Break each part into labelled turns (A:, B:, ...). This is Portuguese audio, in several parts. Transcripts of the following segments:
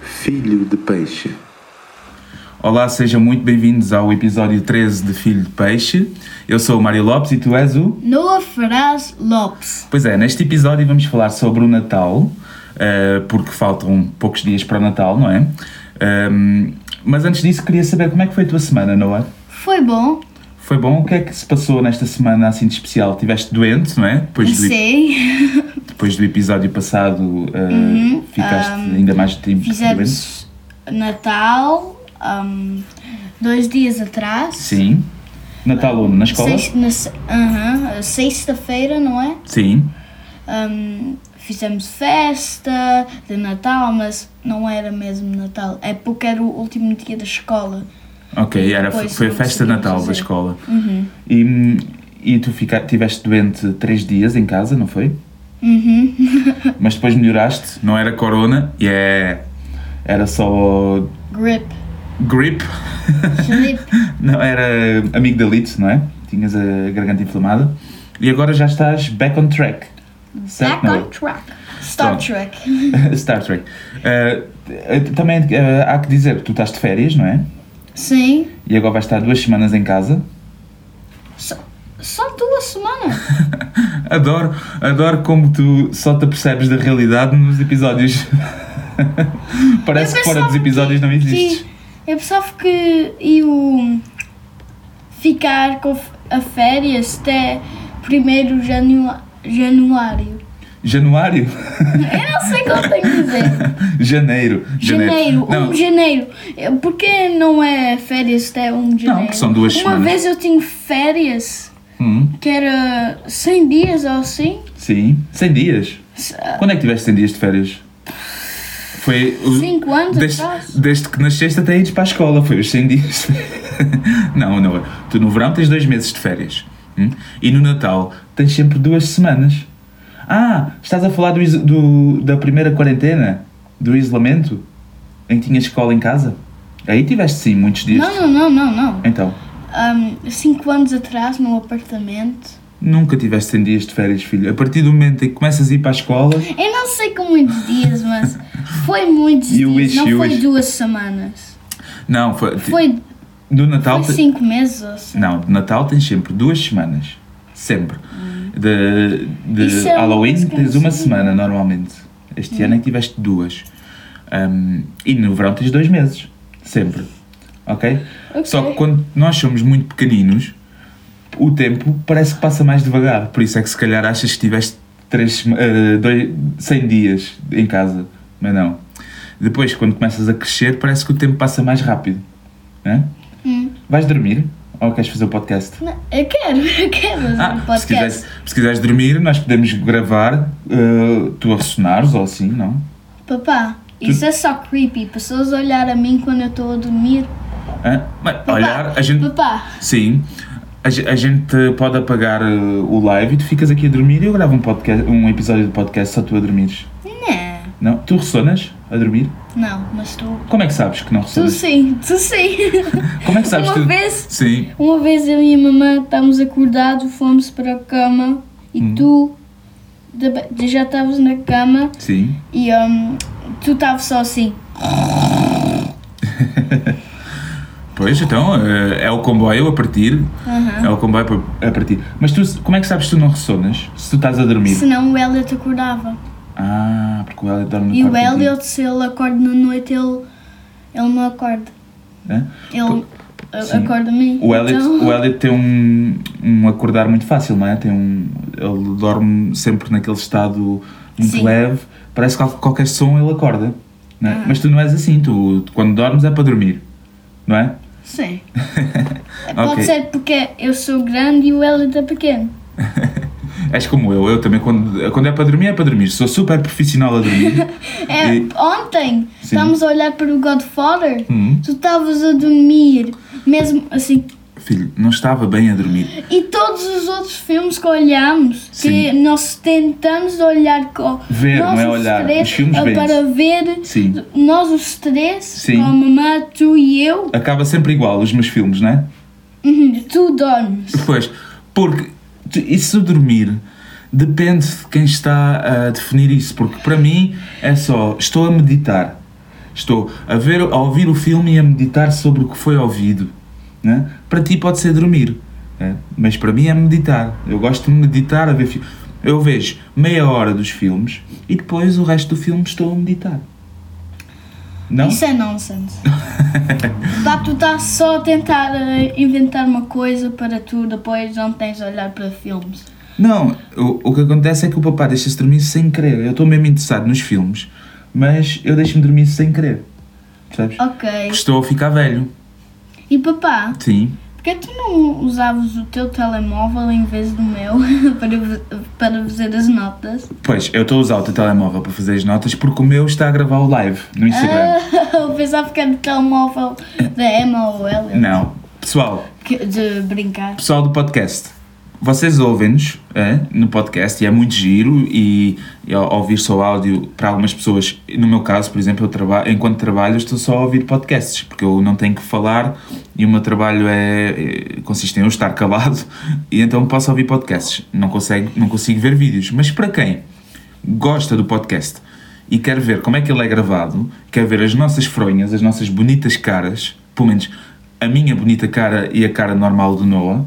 A: Filho de Peixe.
B: Olá, sejam muito bem-vindos ao episódio 13 de Filho de Peixe. Eu sou o Mário Lopes e tu és o.
C: Noah Faraz Lopes.
B: Pois é, neste episódio vamos falar sobre o Natal, eh, porque faltam poucos dias para o Natal, não é? Ahm, mas antes disso, queria saber como é que foi a tua semana, Noah?
C: Foi bom,
B: Foi bom? O que é que se passou nesta semana assim de especial? Tiveste doente, não é? Depois do,
C: sei.
B: depois do episódio passado, eh, ficaste ainda mais de tempo doente?
C: Fizemos Natal ahm, dois dias atrás.
B: Sim. Natal onde? Na escola?
C: Seis- na se- aham, Sexta-feira, não é?
B: Sim.
C: Ahm, fizemos festa de Natal, mas não era mesmo Natal. É porque era o último dia da escola.
B: Ok, era,
C: Depois
B: foi a
C: não Uhum.
B: festa de
C: conseguimos
B: Natal da
C: fazer.
B: escola. E, e tu fica, tiveste doente três dias em casa, não foi?
C: Uhum.
B: Mas depois melhoraste, não era corona, e é era só
C: Grip.
B: grip,
C: Grip.
B: não era amigdalite, não é? Tinhas a garganta inflamada. E agora já estás back on track.
C: Back
B: Noah?
C: on track. Star
B: Pronto.
C: Trek.
B: Star Trek. Eh, eh, também eh, há que dizer que tu estás de férias, não é?
C: Sim.
B: E agora vais estar duas semanas em casa.
C: Só, só duas semanas.
B: Adoro, adoro como tu só te apercebes da realidade nos episódios. Parece
C: Eu
B: que fora
C: pensava
B: dos episódios não existes.
C: que- eu pensava que ia ficar com a férias até 1 de janua- januário.
B: Januário?
C: Eu não sei como tenho que dizer.
B: Janeiro.
C: Janeiro, 1
B: Não,
C: de janeiro. Eu- Por que não é férias até 1 de
B: Não,
C: janeiro?
B: porque são duas
C: Uma
B: semanas.
C: vez eu tinha férias,
B: hum,
C: que era 100 dias ou assim.
B: sim. 100 dias. Quando é que tiveste 100 dias de férias? Foi. o-
C: 5 anos
B: Desde,
C: atrás.
B: desde que nasceste até ires para a escola, foi os 100 dias. não, não. Tu no verão tens dois meses de férias. hum? E no Natal tens sempre duas semanas. Ah, estás a falar do, iso- do- da primeira quarentena? Do isolamento? Em que tinhas escola em casa? Aí tiveste sim muitos dias.
C: Não, não, não, não, não.
B: Então,
C: 5 anos atrás, num apartamento.
B: nunca tiveste 100 dias de férias, filho. A partir do momento em que começas a ir para a escola.
C: Eu não sei com muitos dias, mas foi muitos
B: You
C: dias,
B: wish,
C: não
B: you
C: foi
B: wish.
C: duas semanas.
B: Não, foi. ti-
C: Foi,
B: no Natal.
C: foi
B: te-
C: cinco meses ou assim.
B: Não, de Natal tens sempre duas semanas. Sempre. De, de
C: Hum. Isso é uma
B: Halloween
C: coisa que eu
B: tens
C: não
B: uma
C: sabia.
B: semana normalmente. Este ano é que tiveste duas. Um, e no verão tens dois meses. Sempre. Ok?
C: Ok.
B: Só que quando nós somos muito pequeninos, o tempo parece que passa mais devagar. Por isso é que se calhar achas que tiveste três, sema- eh, dois, 100 dias em casa. Mas não. Depois, quando começas a crescer, parece que o tempo passa mais rápido. Né?
C: Hum.
B: Vais dormir? Ou queres fazer o podcast?
C: Não, Eu quero, eu quero fazer um
B: Ah, se
C: podcast.
B: quiseres, se quiseres dormir, nós podemos gravar, eh, tu a ressonares ou assim, não?
C: Papá, isso é só creepy. Pessoas olhar a mim quando eu estou a dormir.
B: Hã? Mas,
C: Papá,
B: olhar, a gente.
C: Papá,
B: Sim. A, ge- a gente pode apagar eh, o live e tu ficas aqui a dormir e eu gravo um, podcast, um episódio de podcast só tu a dormires.
C: não,
B: Não? Tu ressonas a dormir?
C: não, mas tu...
B: Como é que sabes que não
C: Tu
B: ressonas?
C: sim, tu sim.
B: Como é que sabes
C: Uma
B: tu?
C: vez-
B: Sim.
C: Uma vez eu e a mamãe estávamos acordados, fomos para a cama e
B: Uhum.
C: tu de- já estavas na cama
B: Sim.
C: e hum, tu estavas só assim.
B: Pois, então, eh, é o comboio a partir.
C: Aham.
B: É o comboio a partir. Mas tu, como é que sabes que tu não ressonas se tu estás a dormir?
C: Senão o Elliot acordava.
B: Ah, porque o Elliot dorme no
C: E o
B: quarto contigo.
C: Elliot, se ele acorda na noite, ele, ele não acorda.
B: Hã?
C: Ele a-
B: Então, Sim.
C: acorda a mim.
B: O Elliot,
C: Então,
B: o Elliot tem um, um acordar muito fácil, não é? Tem um, ele dorme sempre naquele estado muito
C: Sim.
B: leve, parece que qual- qualquer som ele acorda. Não
C: Ah.
B: é? Mas tu não és assim, tu quando dormes é para dormir, não é?
C: Sim. Pode
B: Ok.
C: ser porque eu sou grande e o Elliot é pequeno.
B: És como eu, eu também quando, quando é para dormir é para dormir, sou super profissional a dormir.
C: É,
B: E-
C: Ontem
B: Sim.
C: estávamos a olhar para o Godfather.
B: Hum.
C: Tu estavas a dormir, mesmo assim.
B: Filho, não estava bem a dormir.
C: E todos os outros filmes que olhamos, que
B: Sim.
C: nós tentamos olhar com
B: Ver, não
C: nós
B: é
C: os
B: olhar,
C: três,
B: os filmes
C: ah,
B: vêem-se.
C: para ver
B: Sim.
C: nós os três,
B: Sim.
C: com a mamãe, tu e eu,
B: Acaba sempre igual os meus filmes, não é?
C: Uhum, tu dormes.
B: Pois, porque tu- isso de dormir depende de quem está a definir isso, porque para mim é só estou a meditar. Estou a, ver, a ouvir o filme e a meditar sobre o que foi ouvido. né? Para ti pode ser dormir, né? mas para mim é meditar. Eu gosto de meditar a ver filmes. Eu vejo meia hora dos filmes e depois o resto do filme estou a meditar. Não?
C: Isso é nonsense. Tá, tu estás só a tentar eh, inventar uma coisa para tu depois não tens de olhar para filmes.
B: Não, o, o que acontece é que o papá deixa-se dormir sem querer. Eu estou mesmo interessado nos filmes, mas eu deixo-me dormir sem querer. Percebes?
C: Ok.
B: Porque Estou a ficar velho.
C: E papá,
B: Sim.
C: porquê tu não usavas o teu telemóvel em vez do meu para, v- para fazer as notas?
B: Pois, eu estou a usar o teu telemóvel para fazer as notas porque o meu está a gravar o live no Instagram.
C: Ah, eu pensava que era o telemóvel da Emma ou ela.
B: Não. Pessoal,
C: Que- De brincar.
B: pessoal do podcast, vocês ouvem-nos é, no podcast e é muito giro e, e ao ouvir só áudio para algumas pessoas, no meu caso, por exemplo, eu traba enquanto trabalho eu estou só a ouvir podcasts porque eu não tenho que falar e o meu trabalho é, é- consiste em eu estar calado e então posso ouvir podcasts. Não consigo, não consigo ver vídeos, mas para quem gosta do podcast e quer ver como é que ele é gravado, quer ver as nossas fronhas, as nossas bonitas caras, pelo menos a minha bonita cara e a cara normal do Noah,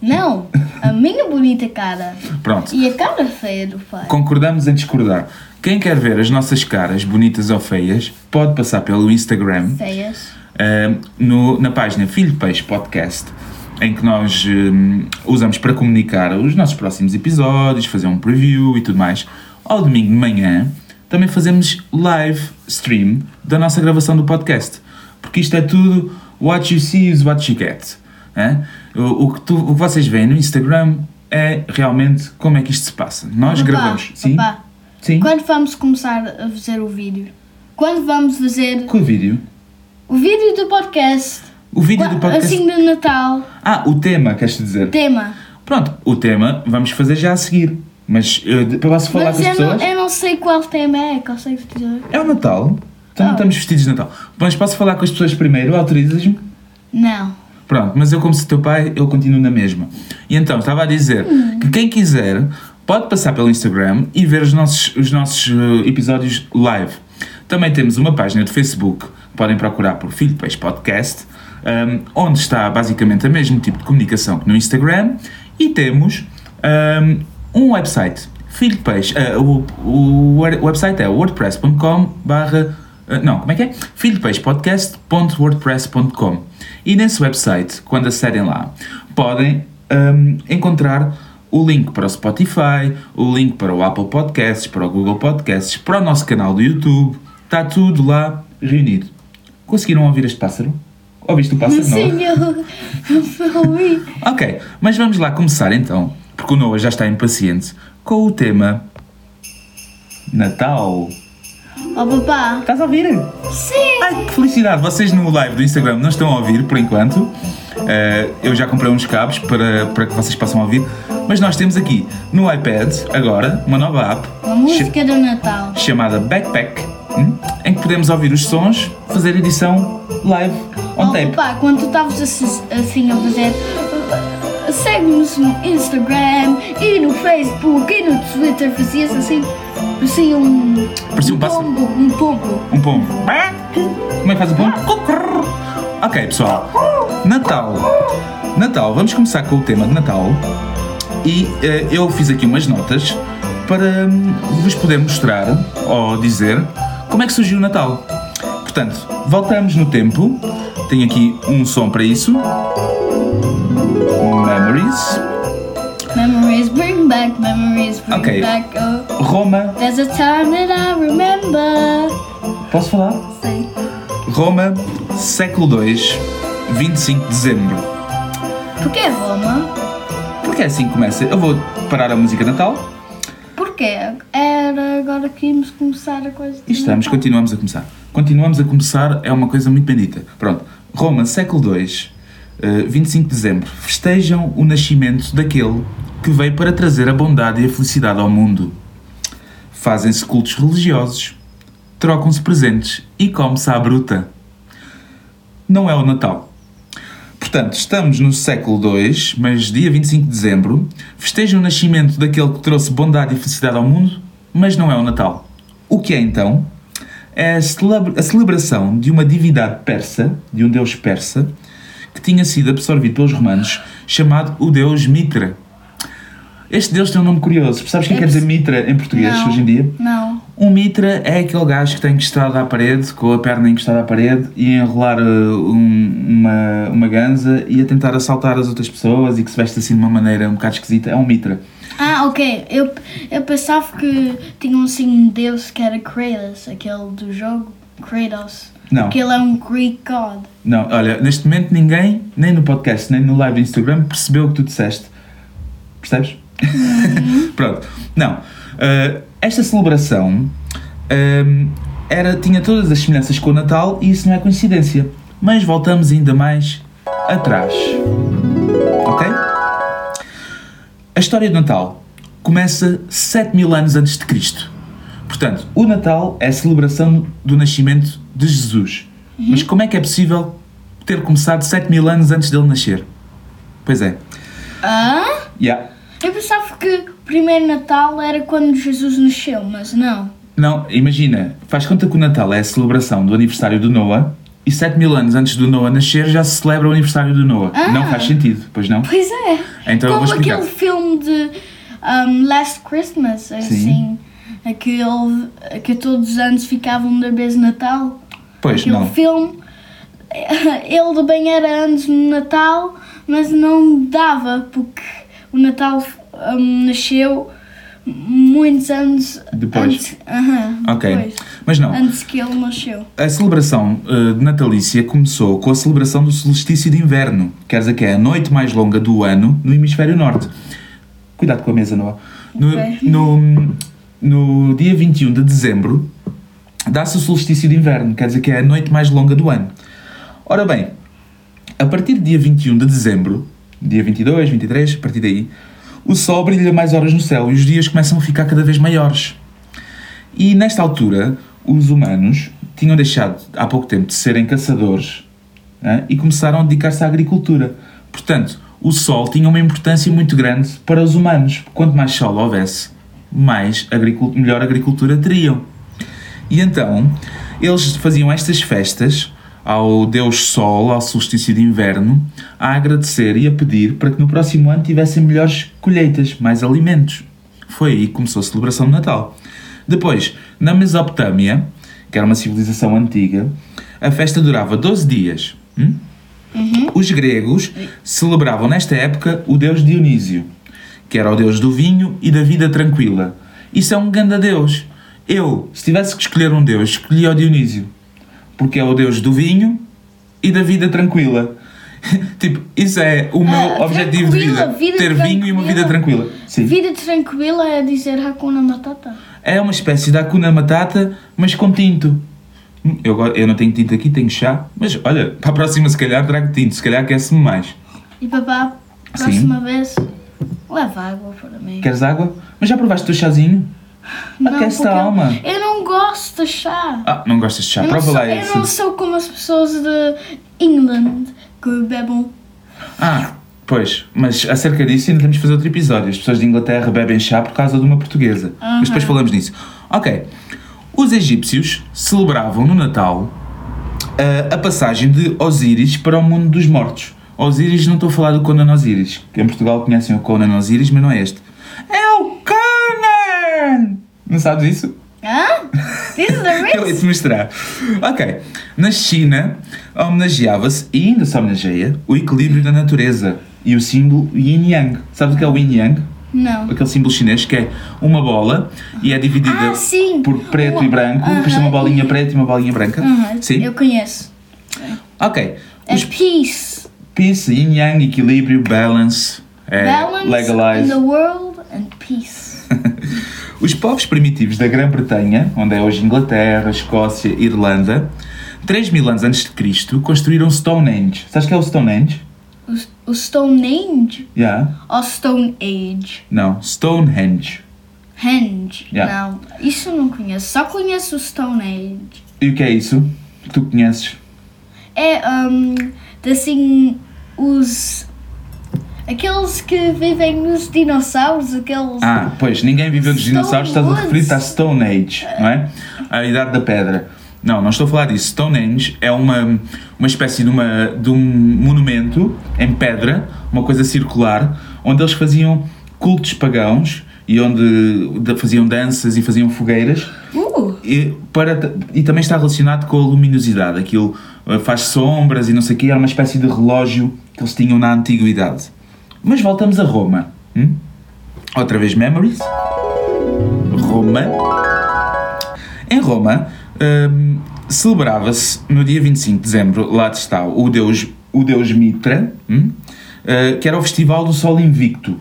C: Não, a minha bonita cara.
B: Pronto,
C: E a cara feia do pai.
B: concordamos em discordar. Quem quer ver as nossas caras, bonitas ou feias, pode passar pelo Instagram,
C: Feias.
B: eh, no- na página Filho de Peixe Podcast, em que nós hum, usamos para comunicar os nossos próximos episódios, fazer um preview e tudo mais. Ao domingo de manhã, também fazemos live stream da nossa gravação do podcast. Porque isto é tudo what you see is what you get. hã? O, o que tu- o que vocês veem no Instagram é realmente como é que isto se passa. Nós
C: Papá,
B: gravamos. Sim?
C: papá,
B: Sim?
C: Quando vamos começar a fazer o vídeo? Quando vamos fazer
B: Com o vídeo.
C: o vídeo do podcast?
B: O vídeo
C: Qua-
B: do podcast.
C: Assim de Natal.
B: Ah, o tema, queres dizer?
C: Tema.
B: Pronto, o tema vamos fazer já a seguir. Mas eu de- para posso falar
C: Mas
B: com as
C: eu não,
B: pessoas.
C: eu não sei qual tema é, consegues dizer?
B: É o Natal. Então não
C: Ah.
B: estamos vestidos de Natal. Mas posso falar com as pessoas primeiro, autorizas-me?
C: Não.
B: Pronto, mas eu, como se teu pai, eu continuo na mesma. E então, estava a dizer que quem quiser pode passar pelo Instagram e ver os nossos, os nossos eh, episódios live. Também temos uma página de Facebook, podem procurar por Filho de Peixe Podcast, ahm, onde está basicamente o mesmo tipo de comunicação que no Instagram. E temos ahm, um website, Filho de Peixe. eh, o, o, o website é wordpress.com/barra Uh, não, como é que é? filhopeixepodcast.wordpress.com E nesse website, quando acederem lá, podem um, encontrar o link para o Spotify, o link para o Apple Podcasts, para o Google Podcasts, para o nosso canal do YouTube. Está tudo lá reunido. Conseguiram ouvir este pássaro? Ouviste o pássaro? Noah?
C: Sim, eu, eu ouvi.
B: Ok, mas vamos lá começar então, porque o Noah já está impaciente, com o tema... Natal.
C: Oh papá.
B: Estás a ouvir?
C: Sim.
B: Ai, que felicidade! Vocês no live do Instagram não estão a ouvir, por enquanto. Eh, eu já comprei uns cabos para, para que vocês possam ouvir. Mas nós temos aqui no iPad, agora, uma nova app
C: Uma música do Natal.
B: cha- chamada Backpack, hum, em que podemos ouvir os sons, fazer edição live, on
C: oh
B: tape.
C: papá, quando tu estavas assim, assim a fazer. Segue-nos no Instagram e no Facebook e no Twitter, fazias assim. Parecia um.
B: Parecia um pássaro.
C: pombo, um pombo.
B: Um pombo. Como é que faz o pombo? Ok, pessoal. Natal. Natal. Vamos começar com o tema de Natal. E eh, eu fiz aqui umas notas para hum, vos poder mostrar ou dizer como é que surgiu o Natal. Portanto, voltamos no tempo. Tenho aqui um som para isso. Memories.
C: Memories bring back, memories bring
B: Ok.
C: back. Oh.
B: Roma.
C: There's a time that I remember.
B: Posso falar?
C: Sim.
B: Roma, século II, 25 de dezembro.
C: Porquê Roma?
B: Porque é assim que começa. Eu vou parar a música de Natal
C: Porquê? Era agora que íamos começar a coisa.
B: e estamos, continuamos a começar. Continuamos a começar, é uma coisa muito bendita. Pronto, Roma, século II, eh, 25 de dezembro. Festejam o nascimento daquele que veio para trazer a bondade e a felicidade ao mundo. Fazem-se cultos religiosos, trocam-se presentes e come-se à bruta. Não é o Natal. Portanto, estamos no século II, mas dia 25 de dezembro, festeja o nascimento daquele que trouxe bondade e felicidade ao mundo, mas não é o Natal. O que é então? é a, celebra- a celebração de uma divindade persa, de um deus persa, que tinha sido absorvido pelos romanos, chamado o deus Mitra. Este deus tem um nome curioso. Sabes o que é que quer dizer Mitra em português
C: Não.
B: hoje em dia?
C: Não.
B: Um mitra é aquele gajo que tem encostado à parede, com a perna encostada à parede, e a enrolar uh, um- uma, uma ganza e a tentar assaltar as outras pessoas e que se veste assim de uma maneira um bocado esquisita. É um mitra.
C: Ah, ok. Eu, eu pensava que tinha assim um deus que era Kratos, aquele do jogo. Kratos.
B: Não.
C: Que ele é um Greek god.
B: Não, olha, neste momento ninguém, nem no podcast, nem no live do Instagram, percebeu o que tu disseste. Percebes? Pronto. Não. Uh, esta celebração um, era, tinha todas as semelhanças com o Natal e isso não é coincidência. Mas voltamos ainda mais atrás. Ok? A história do Natal começa 7 mil anos antes de Cristo. Portanto, o Natal é a celebração do nascimento de Jesus.
C: Uhum.
B: Mas como é que é possível ter começado 7 mil anos antes dele nascer? Pois é.
C: Ah?
B: Yeah.
C: Eu pensava que o primeiro Natal era quando Jesus nasceu, mas não.
B: Não, imagina, faz conta que o Natal é a celebração do aniversário do Noah e 7 mil anos antes do Noah nascer já se celebra o aniversário do Noah.
C: Ah.
B: Não faz sentido, pois não?
C: Pois é.
B: Então eu
C: Como
B: vou explicar.
C: aquele filme de um, Last Christmas, assim. Aquele que todos os anos ficavam bebês de Natal.
B: Pois
C: Aquele
B: não.
C: filme, ele bem era antes no Natal, mas não dava, porque o Natal hum, nasceu muitos anos
B: Depois.
C: Antes, aham,
B: Ok.
C: depois,
B: Mas não.
C: antes que ele nasceu.
B: A celebração eh, de natalícia começou com a celebração do solstício de inverno, quer dizer que é a noite mais longa do ano no hemisfério norte. Cuidado com a mesa, Noah. No,
C: Ok.
B: no, no dia 21 de dezembro dá-se o solstício de inverno, quer dizer que é a noite mais longa do ano. Ora bem, a partir do dia 21 de dezembro, dia 22, 23, a partir daí, o sol brilha mais horas no céu e os dias começam a ficar cada vez maiores. E nesta altura, os humanos tinham deixado há pouco tempo de serem caçadores né, e começaram a dedicar-se à agricultura. Portanto, o sol tinha uma importância muito grande para os humanos. Quanto mais sol houvesse, mais agricul- melhor agricultura teriam. E então, eles faziam estas festas ao Deus Sol, ao solstício de inverno, a agradecer e a pedir para que no próximo ano tivessem melhores colheitas, mais alimentos. Foi aí que começou a celebração do Natal. Depois, na Mesopotâmia, que era uma civilização antiga, a festa durava 12 dias. hum? Os gregos celebravam nesta época o deus Dionísio, que era o deus do vinho e da vida tranquila. Isso é um ganda deus. Eu, se tivesse que escolher um deus, escolhia o Dionísio, porque é o deus do vinho e da vida tranquila. tipo, isso é o meu
C: Ah,
B: objetivo de vida,
C: tranquila, vida
B: ter vinho e uma vida
C: tranquila.
B: tranquila. Sim.
C: Vida tranquila é dizer Hakuna Matata.
B: É uma espécie de Hakuna Matata, mas com tinto. Hum, Eu, go- eu não tenho tinto aqui, tenho chá. Mas olha, para a próxima se calhar trago tinto, se calhar aquece-me mais.
C: E papá,
B: Sim.
C: próxima vez, leva água para mim.
B: Queres água? Mas já provaste o teu chazinho?
C: Não,
B: aquece
C: porque
B: a
C: eu-
B: alma.
C: Eu, não gosto de chá.
B: Ah, não gostas de chá?
C: Eu não,
B: Prova
C: sou,
B: lá
C: eu
B: esse.
C: não sou como as pessoas de England que bebem.
B: Ah, pois, mas acerca disso ainda temos de fazer outro episódio. As pessoas de Inglaterra bebem chá por causa de uma portuguesa. Mas depois falamos nisso. Ok. Os egípcios celebravam no Natal ah, a passagem de Osíris para o mundo dos mortos. Osíris, não estou a falar do Conan Osíris. que Em Portugal conhecem o Conan Osíris, mas não é este. É o Conan! Não sabes isso?
C: Hã? This is the
B: Eu ia
C: Ritz?
B: te mostrar. Ok. Na China, homenageava-se e ainda se homenageia o equilíbrio da natureza e o símbolo yin yang. Sabes o que é o yin yang?
C: Não.
B: Aquele símbolo chinês que é uma bola e é dividida
C: Ah, sim.
B: por preto e
C: Uma-
B: branco, depois tem uma
C: Aham.
B: bolinha preta e uma bolinha branca.
C: Aham,
B: Sim.
C: Eu conheço.
B: Ok.
C: É
B: Os
C: peace,
B: peace, yin yang, equilíbrio, balance, é,
C: balance in
B: legalize.
C: the world and peace.
B: Os povos primitivos da Grã-Bretanha, onde é hoje Inglaterra, Escócia, Irlanda, 3 mil anos antes de Cristo, construíram Stonehenge. Sabes o que é o Stonehenge?
C: O, o Stone Age
B: Yeah.
C: ou Stone Age?
B: Não, Stonehenge.
C: Henge.
B: Yeah.
C: Não, isso eu não conheço. Só conheço o Stone Age.
B: E o que é isso que tu conheces?
C: É, um, assim, os... Aqueles que vivem nos dinossauros, aqueles...
B: Ah, pois, ninguém viveu dos
C: Stone
B: dinossauros, estás a
C: Woods.
B: referir-te à Stone Age, não é? À Idade da Pedra. Não, não estou a falar disso. Stonehenge é uma, uma espécie de, uma, de um monumento em pedra, uma coisa circular, onde eles faziam cultos pagãos e onde da- faziam danças e faziam fogueiras
A: Uh!
B: e, para, e também está relacionado com a luminosidade. Aquilo eh, faz sombras e não sei o quê. Era uma espécie de relógio que eles tinham na antiguidade. Mas voltamos a Roma. hum? Outra vez Memories. Roma. Em Roma, hum, celebrava-se no dia 25 de dezembro, lá está, o deus, o deus Mitra, hum, eh, que era o Festival do Sol Invicto.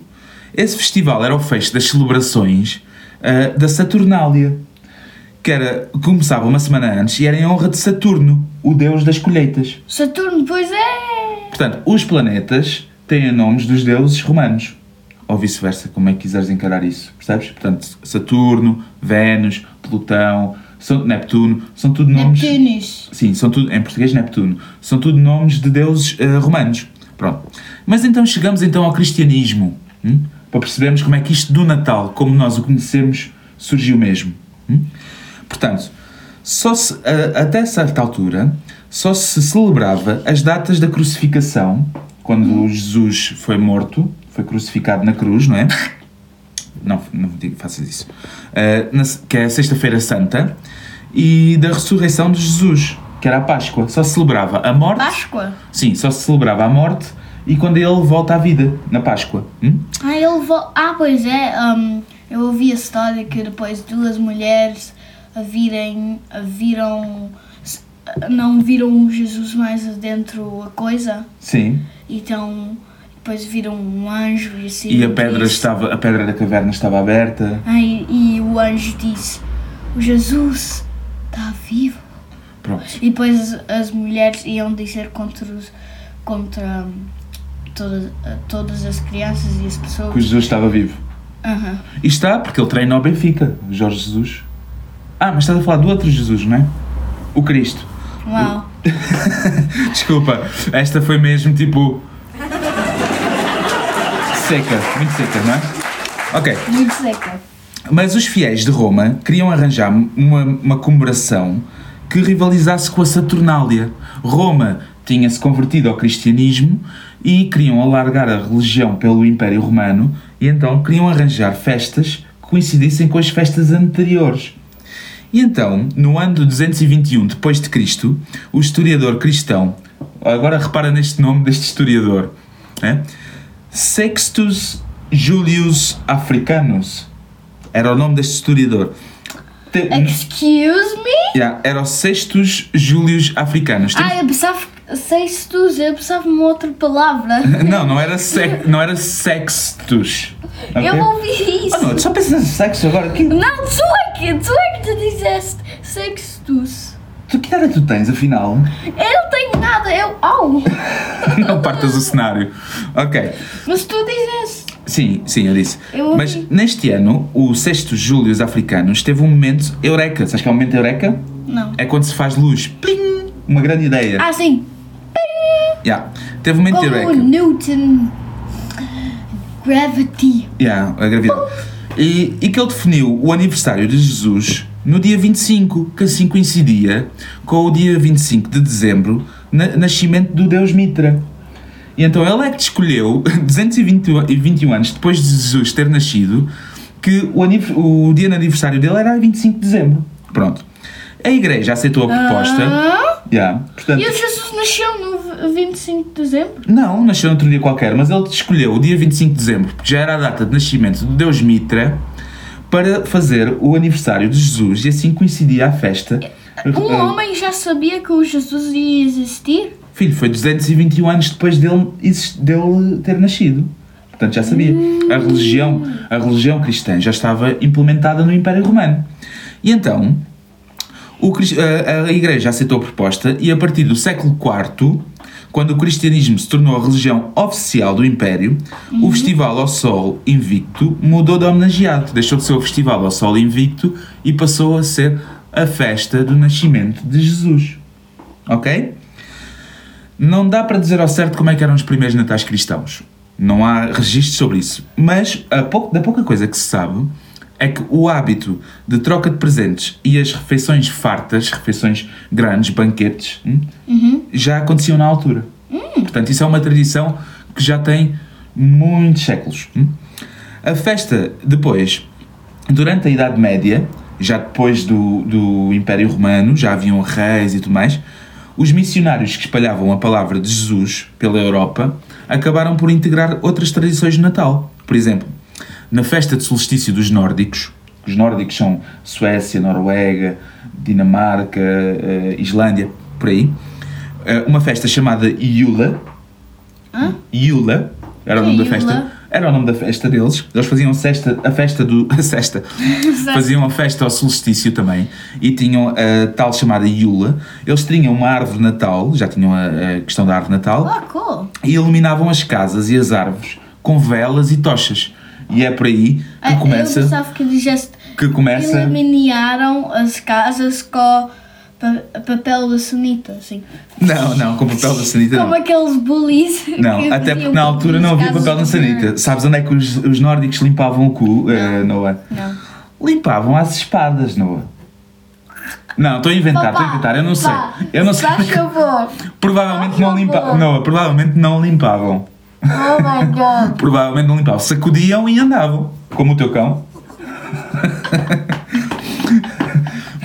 B: Esse festival era o fecho das celebrações eh, da Saturnália, que era, começava uma semana antes e era em honra de Saturno, o deus das colheitas.
C: Saturno, pois é!
B: Portanto, os planetas têm nomes dos deuses romanos. Ou vice-versa, como é que quiseres encarar isso, percebes? Portanto, Saturno, Vênus, Plutão, são, Neptuno, são tudo
C: é
B: nomes...
A: Neptunis.
B: Sim, são tudo, em português Neptuno. São tudo nomes de deuses eh, romanos. Pronto. Mas então chegamos então ao cristianismo, hum? para percebermos como é que isto do Natal, como nós o conhecemos, surgiu mesmo. hum? Portanto, só se- a- até certa altura, só se celebrava as datas da crucificação, quando Jesus foi morto, foi crucificado na cruz, não é? Não, não digo, faças isso. Uh, na se- que é a Sexta-feira Santa e da ressurreição de Jesus, que era a Páscoa. Só se celebrava a morte.
A: Páscoa.
B: Sim, só se celebrava a morte e quando ele volta à vida, na Páscoa. Hum?
C: Ah, ele vo- ah pois é, hum, eu ouvi a história que depois duas mulheres a virem, a viram, s- não viram o Jesus mais dentro a coisa,
B: Sim.
C: então depois viram um anjo e assim.
B: E a pedra,
C: disse-
B: estava, a pedra da caverna estava aberta.
C: Ah, e, e o anjo disse, o Jesus está vivo.
B: Pronto.
C: E depois as, as mulheres iam dizer contra, os, contra hum, todas, todas as crianças e as pessoas.
B: Que o Jesus estava vivo.
C: Aham.
B: E está, porque ele treina ao Benfica, o Jorge Jesus. Ah, mas estás a falar do outro Jesus, não é? O Cristo.
C: Uau.
B: Desculpa, esta foi mesmo tipo. seca, muito seca, não é? Ok,
A: Muito seca.
B: mas os fiéis de Roma queriam arranjar uma, uma comemoração que rivalizasse com a Saturnália. Roma tinha-se convertido ao cristianismo e queriam alargar a religião pelo Império Romano e então queriam arranjar festas que coincidissem com as festas anteriores. E então, no ano de 221 depois de Cristo, o historiador cristão, agora repara neste nome deste historiador, né? Sextus Julius Africanus era o nome deste historiador. Te-
C: É Excuse me?
B: Yeah, era o Sextus Julius Africanus. Temos-
C: Ah, eu pensava sextus, eu pensava uma outra palavra.
B: Não, não era, sec... não era Sextus. ok?
C: Eu ouvi
B: Ah,
C: isso.
B: não, tu só pensas em sexo agora. Que...
C: Não, tu é que, tu é que tu disseste sextus.
B: Tu, que idade tu tens, afinal?
C: Eu não tenho nada, eu. Au!
B: não partas o cenário. Ok.
C: Mas tu disseste.
B: Sim, sim, eu disse.
C: Eu ouvi.
B: Mas neste ano, o sexto Július Africanos teve um momento eureka. Sabes que é um momento eureka?
C: Não.
B: É quando se faz luz. Plim! Uma grande ideia.
C: Ah, sim.
B: Yeah. Teve um momento
C: Como
B: eureka.
C: o Oh, Newton. Gravity.
B: Yeah, a gravidade. E, e que ele definiu o aniversário de Jesus no dia 25, que assim coincidia com o dia 25 de dezembro, na- nascimento do Deus Mitra. E então ele é que escolheu, 221 anos depois de Jesus ter nascido, que o, anivers- o dia de aniversário dele era 25 de dezembro. Pronto. A igreja aceitou a proposta.
C: Ah,
B: Yeah, portanto-
C: e o Jesus nasceu no v- 25 de dezembro?
B: não, nasceu outro dia qualquer, mas ele escolheu o dia 25 de dezembro, porque já era a data de nascimento do Deus Mitra, para fazer o aniversário de Jesus e assim coincidia a festa.
C: Um
B: Eh,
C: homem já sabia que o Jesus ia existir?
B: Filho, foi 221 anos depois dele, exist- dele ter nascido. Portanto, já sabia. A religião, a religião cristã já estava implementada no Império Romano. E então, o cris- a, a Igreja aceitou a proposta e a partir do século IV, quando o cristianismo se tornou a religião oficial do Império, o Festival ao Sol Invicto mudou de homenageado. Deixou de ser o Festival ao Sol Invicto e passou a ser a festa do nascimento de Jesus. Ok? Não dá para dizer ao certo como é que eram os primeiros natais cristãos. Não há registros sobre isso. Mas a pouco- da pouca coisa que se sabe, é que o hábito de troca de presentes e as refeições fartas, refeições grandes, banquetes, hum, já aconteciam na altura. Portanto, isso é uma tradição que já tem muitos séculos. hum. A festa, depois, durante a Idade Média, já depois do, do Império Romano, já haviam reis e tudo mais, os missionários que espalhavam a palavra de Jesus pela Europa acabaram por integrar outras tradições de Natal. Por exemplo, na festa de solstício dos nórdicos, os nórdicos são Suécia, Noruega, Dinamarca, eh, Islândia, por aí, eh, uma festa chamada Iula,
C: Hã?
B: Iula, era o
C: Que
B: nome da
C: Iula?
B: festa. Era o nome da festa deles. Eles faziam sexta, a festa do. A sexta. faziam a festa ao solstício também. E tinham a tal chamada Iula. Eles tinham uma árvore de Natal, já tinham a, a questão da árvore de Natal.
C: Oh, cool.
B: E iluminavam as casas e as árvores com velas e tochas. E é por aí
C: Ah,
B: que começa.
C: Eu pensava que eles já
B: que começa.
C: eliminaram as casas com pa- papel de sunita, assim.
B: Não, não, com papel da sanita.
C: Como
B: não.
C: aqueles bullies. que
B: Então. Não, até
C: viviam
B: porque na altura não havia
C: nas
B: papel na
C: casas de-
B: sanita. Sabes onde é que os, os nórdicos limpavam o cu, eh, Noah?
C: Não.
B: Limpavam as espadas, Noah. Não, estou a inventar, estou a
C: Papá,
B: inventar, eu não sei.
C: papá,
B: Eu não sei.
C: Faz favor.
B: Provavelmente
C: Por
B: não
C: favor.
B: limpavam. Noah, provavelmente não limpavam.
C: Oh my god.
B: Provavelmente não limpavam. Sacudiam e andavam, como o teu cão.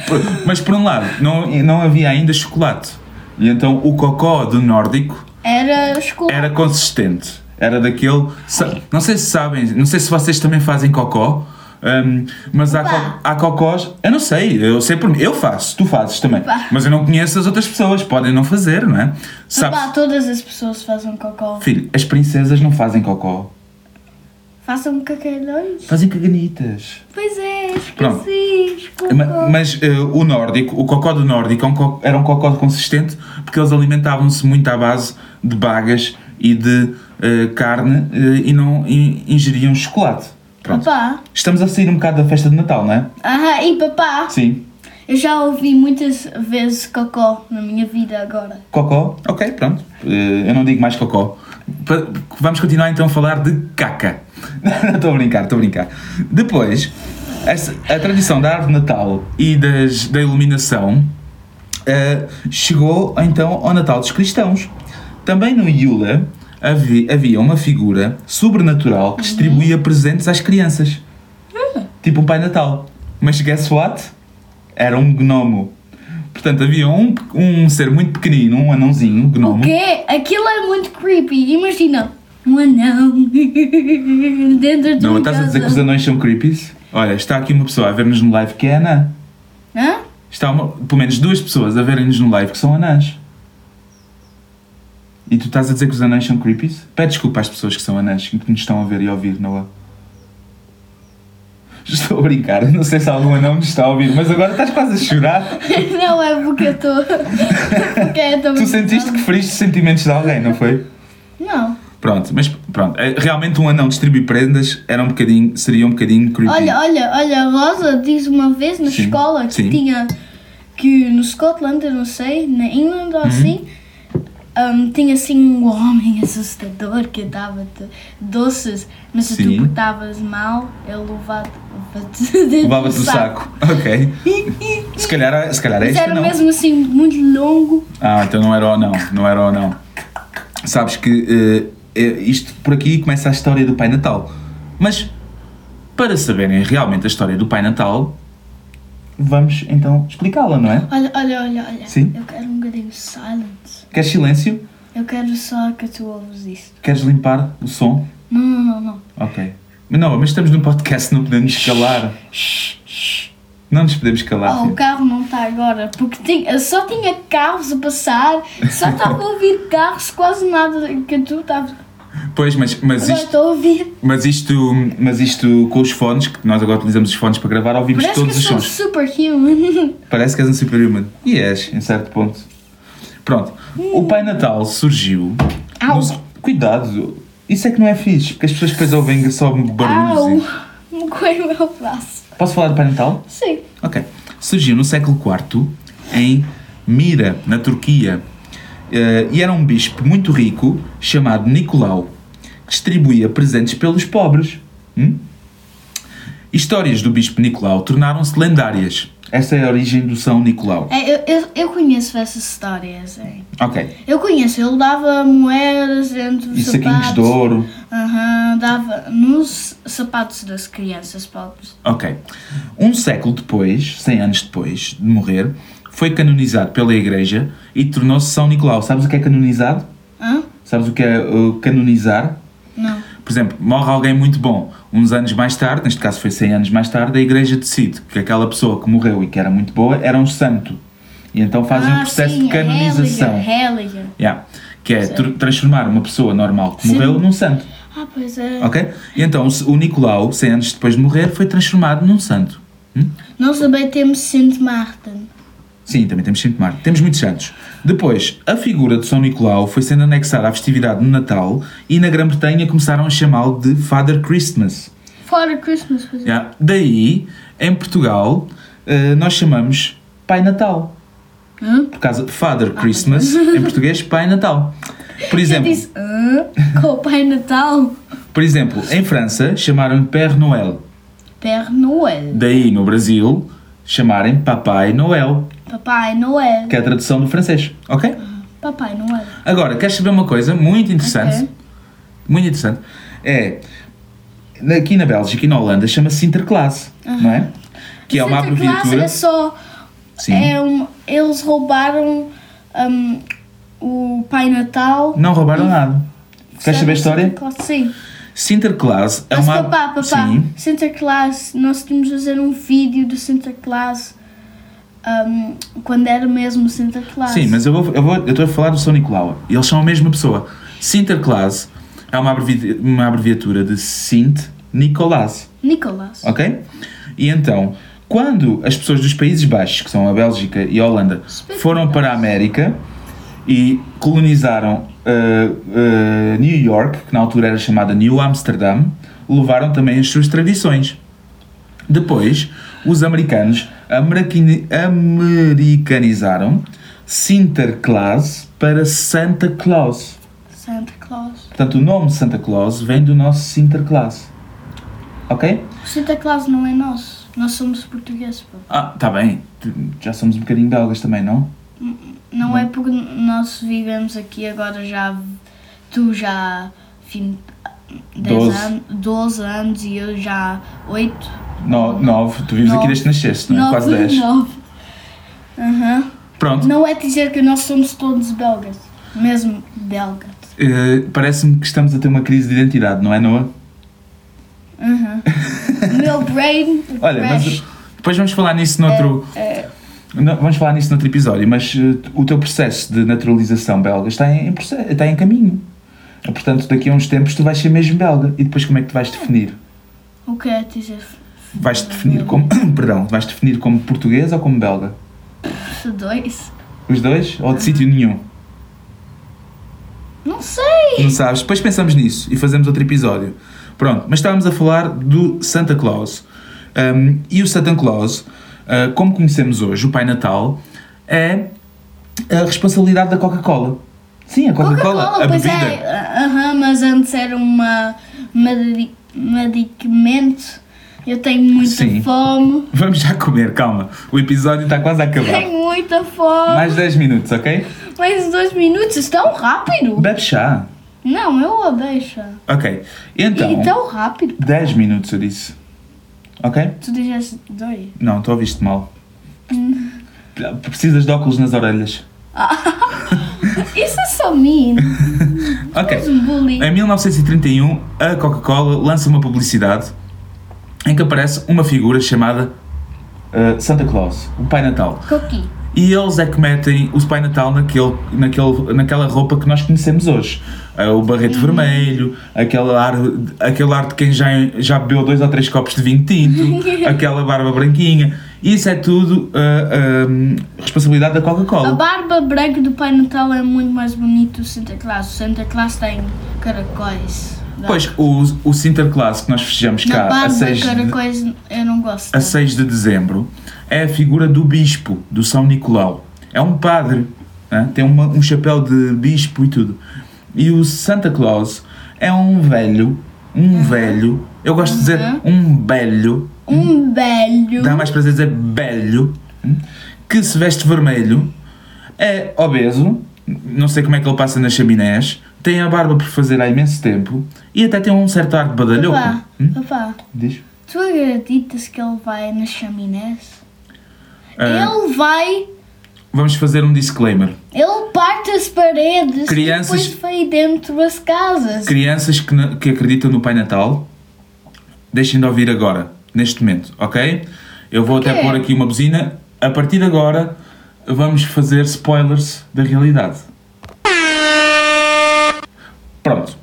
B: Por- Mas por um lado, não, não havia ainda chocolate. E então o cocó do nórdico
C: Era escuro.
B: era consistente. Era daquele. sa- Não sei se sabem, não sei se vocês também fazem cocó, hum, mas há,
C: Opa.
B: co- há cocós. Eu não sei, eu sei por mim. Eu faço, tu fazes também.
C: Opa.
B: Mas eu não conheço as outras pessoas, podem não fazer, não é? Sabes?
C: Papá, todas as pessoas fazem cocó.
B: Filho, as princesas não fazem cocó,
C: Façam cacalhões.
B: fazem caganitas.
C: Pois é,
B: Pronto.
C: esqueci. cocó.
B: Ma- Mas eh, o nórdico, o cocó do nórdico é um co- era um cocó consistente porque eles alimentavam-se muito à base de bagas e de eh, carne eh, e não e ingeriam chocolate. Pronto.
C: Papá.
B: Estamos a sair um bocado da festa de Natal, não é?
C: Ah, e papá.
B: Sim.
C: Eu já ouvi muitas vezes cocó na minha vida agora.
B: Cocó? Ok, pronto. Eh, eu não digo mais cocó. Pa- Vamos continuar então a falar de caca. Não, Estou a brincar, estou a brincar. Depois, essa- a tradição da árvore de Natal e das- da iluminação eh, chegou então ao Natal dos cristãos. Também no Iula havi- havia uma figura sobrenatural que distribuía
C: Uhum.
B: presentes às crianças.
C: Ah.
B: Tipo um Pai Natal. Mas guess what? Era um gnomo. Portanto, havia um, pe- um ser muito pequenino, um anãozinho, um
C: O
B: gnomo.
C: quê? Aquilo é muito creepy. Imagina. Um anão dentro de
B: Não,
C: uma
B: estás a
C: casa.
B: dizer que os anões são creepies? Olha, está aqui uma pessoa a ver-nos no live que é anã.
C: Hã?
B: Está uma- pelo menos duas pessoas a verem-nos no live que são anãs. E tu estás a dizer que os anãs são creepies? Pede desculpa às pessoas que são anãs e que nos estão a ver e a ouvir, não é? Estou a brincar, não sei se algum anão nos está a ouvir, mas agora estás quase a chorar.
C: Não é porque eu estou. porque eu tô
B: Tu sentiste que feriste os sentimentos de alguém, não foi?
C: Não.
B: Pronto, mas pronto, é, realmente um anão distribuir prendas era um bocadinho, seria um bocadinho creepy.
C: Olha, olha, olha, a Rosa diz uma vez na
B: Sim,
C: escola que
B: sim.
C: tinha que no Scotland, eu não sei, na England
B: Uhum.
C: ou assim, hum, tinha assim um homem assustador que dava-te doces, mas se
B: Sim.
C: tu portavas mal, ele levava-te
B: Levava-te do saco. Ok. Se calhar, se calhar é
C: Mas
B: este
C: era
B: não.
C: mesmo assim muito longo.
B: Ah, então não era ou não, não era ou não. Sabes que eh, eh, isto por aqui começa a história do Pai Natal. Mas para saberem realmente a história do Pai Natal, vamos então explicá-la, não é?
C: Olha, olha, olha, olha.
B: Sim.
C: Eu quero um bocadinho de silence.
B: Queres silêncio?
C: Eu quero só que tu ouves isto.
B: Queres limpar o som?
C: Não, não, não, não.
B: Ok. Mas não, mas estamos num podcast, não podemos calar. Não nos podemos calar.
C: Oh, o
B: filho.
C: carro não está agora, porque ti- eu só tinha carros a passar, só estava a ouvir carros, quase nada que tu estavas.
B: Pois, mas, mas
C: Agora
B: isto.
C: estou a ouvir.
B: Mas isto, mas isto com os fones, que nós agora utilizamos os fones para gravar, ouvimos
C: Parece que eu
B: todos os
C: sou
B: sons.
C: superhuman.
B: Parece que és um superhuman. E és, em certo ponto. Pronto. O Pai Natal surgiu.
C: Au.
B: nos- Cuidado, isso é que não é fixe, porque as pessoas depois ouvem só
C: Au!
B: barulhos.
C: Me coei o meu braço.
B: e- Posso falar do Pai Natal?
C: Sim.
B: Ok. Surgiu no século IV em Mira, na Turquia. Eh, e era um bispo muito rico chamado Nicolau que distribuía presentes pelos pobres. Hum? Histórias do Bispo Nicolau tornaram-se lendárias. Esta é a origem do São Nicolau.
C: É, eu, eu, eu conheço essas histórias, é.
B: Ok.
C: Eu conheço, ele dava moedas dentro dos
B: E saquinhos
C: sapatos.
B: de ouro.
C: Aham, dava nos sapatos das crianças pobres.
B: Ok. Um século depois, 100 anos depois de morrer, foi canonizado pela Igreja e tornou-se São Nicolau. Sabes o que é canonizado?
C: Hã?
B: Sabes o que é uh, canonizar?
C: Não.
B: Por exemplo, morre alguém muito bom. Uns anos mais tarde, neste caso foi 100 anos mais tarde, a Igreja decide que aquela pessoa que morreu e que era muito boa era um santo. E então fazem um
C: Ah,
B: processo
C: sim,
B: de canonização.
C: Helliger, Helliger.
B: Yeah. Que é tr- transformar uma pessoa normal que morreu num santo.
C: Ah, pois é.
B: Ok? E então o- o Nicolau, 100 anos depois de morrer, foi transformado num santo. Hum?
C: Nós também temos Saint Martin.
B: Sim, também temos Santo Martin. Temos muitos santos. Depois, a figura de São Nicolau foi sendo anexada à festividade no Natal e na Grã-Bretanha começaram a chamá-lo de Father Christmas.
C: Fora Christmas, pois é.
B: Já. Daí, em Portugal, eh, nós chamamos Pai Natal.
C: Hã?
B: Por causa de Father Christmas, em português, Pai Natal. Por
C: Eu
B: exemplo,
C: disse, hã? Com o Pai Natal?
B: por exemplo, em França chamaram Père Noël.
C: Père Noel.
B: Daí, no Brasil, chamarem Papai Noel,
C: Papai Noel.
B: que é a tradução do francês, ok?
C: Papai Noel.
B: Agora, queres saber uma coisa muito interessante?
C: Ok.
B: Muito interessante. É, aqui na Bélgica e na Holanda chama-se Interclasse, não é? Que é uma
C: Santa Claus
B: abreviatura...
C: é só.
B: Sim.
C: é um- eles roubaram hum, o Pai Natal.
B: Não roubaram nada. Queres saber a
C: Santa
B: história?
C: Claus, Sim.
B: Sinterklaas é
C: Mas
B: uma...
C: papá, papá,
B: Sim.
C: Santa Claus, nós tínhamos de fazer um vídeo do Santa Claus hum, quando era mesmo Santa Claus.
B: Sim, mas eu vou, eu vou, eu estou a falar do São Nicolau. e Eles são a mesma pessoa. Sinterklaas é uma, abrevi- uma abreviatura de Sint Nicolás,
C: Nicolas.
B: ok? E então, quando as pessoas dos Países Baixos, que são a Bélgica e a Holanda, foram para a América e colonizaram uh, uh, New York, que na altura era chamada New Amsterdam, levaram também as suas tradições. Depois, os americanos americani- americanizaram Sinterklaas para Santa Claus.
C: Santa Claus.
B: Portanto, o nome Santa Claus vem do nosso Sinterklaas. Ok?
C: O Santa Claus não é nosso. Nós somos portugueses. pô.
B: Ah, tá bem. Tu- Já somos um bocadinho belgas também, não?
C: Não é porque nós vivemos aqui agora já. Tu já. Enfim, 10
B: Doze.
C: anos, 12 anos e eu já 8.
B: No, nove. Tu vives
C: Nove.
B: aqui desde que nasceste, não é?
C: 9
B: Quase dez.
C: 9. Aham.
B: Pronto.
C: Não é dizer que nós somos todos belgas. Mesmo belgas.
B: Eh, Parece-me que estamos a ter uma crise de identidade, não é, Noah?
C: Aham. Meu brain.
B: Olha, mas
C: crash.
B: depois vamos falar nisso noutro.
C: É,
B: no- Vamos falar nisso noutro episódio, mas eh, o teu processo de naturalização belga está em, em proce- está em caminho. Portanto, daqui a uns tempos tu vais ser mesmo belga. E depois como é que tu vais definir?
C: o que é dizer?
B: Vais definir como. Perdão, vais definir como português ou como belga?
C: Dois?
B: Os dois? Ou de sítio nenhum?
C: Não sei.
B: Não sabes? Depois pensamos nisso e fazemos outro episódio. Pronto, mas estávamos a falar do Santa Claus. Um, e o Santa Claus, uh, como conhecemos hoje, o Pai Natal, é a responsabilidade da Coca-Cola. Sim, a Coca-Cola, a
C: pois
B: bebida.
C: é. ah, Aham, mas antes era uma medi- medicamento. Eu tenho muita
B: Sim.
C: fome.
B: Vamos já comer, calma. O episódio está quase a acabar.
C: Tenho muita fome.
B: Mais 10 minutos, ok?
C: Mais dois minutos, é tão rápido.
B: Bebe chá.
C: Não, eu a deixa.
B: Ok. Então,
C: E tão rápido.
B: 10 minutos eu disse. Ok?
C: Tu dizes dois.
B: Não, tu ouviste mal.
C: Hum.
B: Precisas de óculos nas orelhas.
C: Isso é só mim.
B: Ok.
C: És um bully.
B: Em 1931, a Coca-Cola lança uma publicidade em que aparece uma figura chamada uh, Santa Claus, o Pai Natal.
C: Coqui.
B: E eles é que metem o Pai Natal naquele, naquele, naquela roupa que nós conhecemos hoje. Ah, o
C: Uhum.
B: barrete vermelho, aquele ar, aquele ar de quem já, já bebeu dois ou três copos de vinho tinto, aquela barba branquinha. Isso é tudo ah, ah, responsabilidade da
C: A
B: Coca-Cola.
C: barba branca do Pai Natal é muito mais bonito do Santa Claus. O Santa Claus tem caracóis.
B: Pois, o, o Sinterklaas que nós festejamos
C: Na
B: cá a
C: barba,
B: 6 de
C: caracóis eu não gosto.
B: a 6 de dezembro, é a figura do bispo, do São Nicolau. É um padre, né? tem uma- um chapéu de bispo e tudo. E o Santa Claus é um velho, um velho Eu gosto de dizer um belho.
C: Um velho.
B: Dá mais prazer dizer belho. hum, Que se veste vermelho. É obeso. Não sei como é que ele passa nas chaminés. Tem a barba por fazer há imenso tempo. E até tem um certo ar de badalhoco.
C: Papá,
B: Hum?
C: papá,
B: Diz?
C: tu acreditas que ele vai nas chaminés?
B: Ah,
C: Ele vai,
B: Vamos fazer um disclaimer.
C: ele parte as paredes
B: Crianças-
C: e depois vai dentro das casas.
B: Crianças que, na- que acreditam no Pai Natal, deixem de ouvir agora, neste momento, ok? Eu vou até
C: Ok.
B: pôr aqui uma buzina. A partir de agora, vamos fazer spoilers da realidade. Pronto.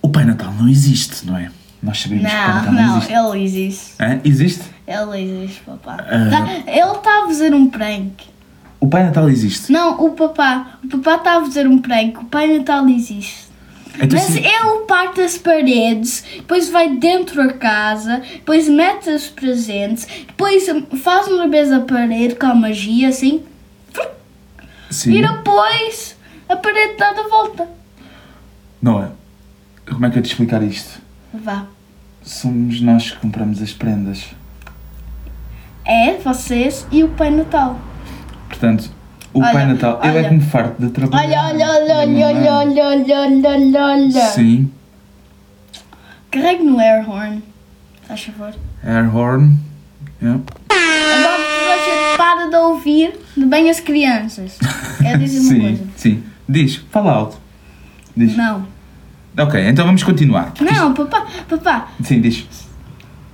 B: O Pai Natal não existe, não é? Nós sabemos que o Pai
C: Não,
B: Natal não,
C: não,
B: existe.
C: ele existe.
B: Hã? Existe?
C: Ele existe, papá.
B: Ah.
C: Tá- ele está a fazer um prank.
B: O Pai Natal existe.
C: Não, o papá. O papá está a fazer um prank. O Pai Natal existe.
B: Então,
C: Mas
B: se-
C: ele parte as paredes, depois vai dentro da casa, depois mete os presentes, depois faz uma vez a parede com a magia, assim,
B: sim.
C: e depois a parede dá de volta.
B: Não é? Como é que eu te explicar isto?
C: Vá.
B: Somos nós que compramos as prendas.
C: É vocês e o Pai Natal.
B: Portanto, o
C: Olha,
B: Pai Natal, eu é
C: olha.
B: que me farto de trabalhar.
C: Olha, olha, olha, olha,
B: Minha mamãe.
C: olha, olha, olha, olha, olha.
B: Sim,
C: Carregue no air horn, faz favor.
B: air horn. É. Yeah.
C: Agora você para de ouvir de bem as crianças. É dizer uma
B: sim,
C: coisa.
B: sim. Diz, fala alto. Diz.
C: Não.
B: Ok, então vamos continuar.
C: Não, papá, papá.
B: Sim, diz.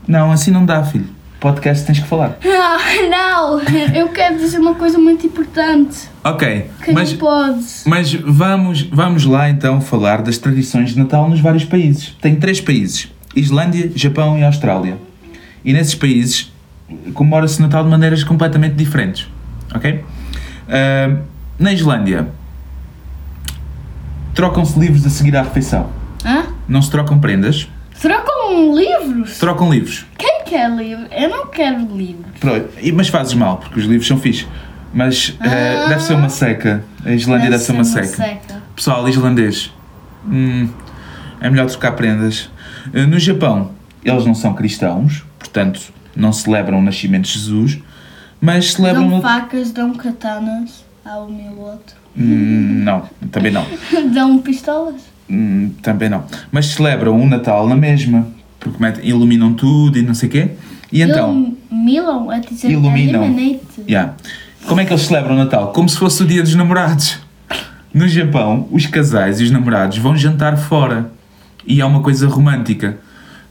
B: Não, assim não dá, filho. Podcast tens que falar.
C: Não, Ah, não, eu quero dizer uma coisa muito importante
B: Ok,
C: que
B: mas,
C: não podes.
B: mas vamos, vamos lá então falar das tradições de Natal nos vários países. Tem três países: Islândia, Japão e Austrália. E nesses países comemora-se Natal de maneiras completamente diferentes. Ok? Ah, na Islândia, trocam-se livros a seguir à refeição.
C: Hã?
B: Não se trocam prendas,
C: Trocam livros?
B: trocam livros.
C: um Quem quer livro? Eu não quero livro.
B: Pronto, e- mas fazes mal, porque os livros são fixe. Mas ah,
C: Ah.
B: deve ser uma seca. A Islândia deve, ser uma, seca. Pessoal islandês, hum, é melhor trocar prendas. Eh, No Japão, eles não são cristãos, portanto, não celebram o nascimento de Jesus, mas celebram.
C: Dão
B: o-
C: facas, dão katanas ao meu outro.
B: Hum, não, também não.
C: Dão pistolas.
B: Hum, também não. Mas celebram o Natal na mesma, porque metem- iluminam tudo e não sei o quê. E então.
C: Iluminam, é dizer,
B: Iluminam.
C: eliminate.
B: Yeah. Como é que eles celebram o Natal? Como se fosse o dia dos namorados. No Japão, os casais e os namorados vão jantar fora. E é uma coisa romântica.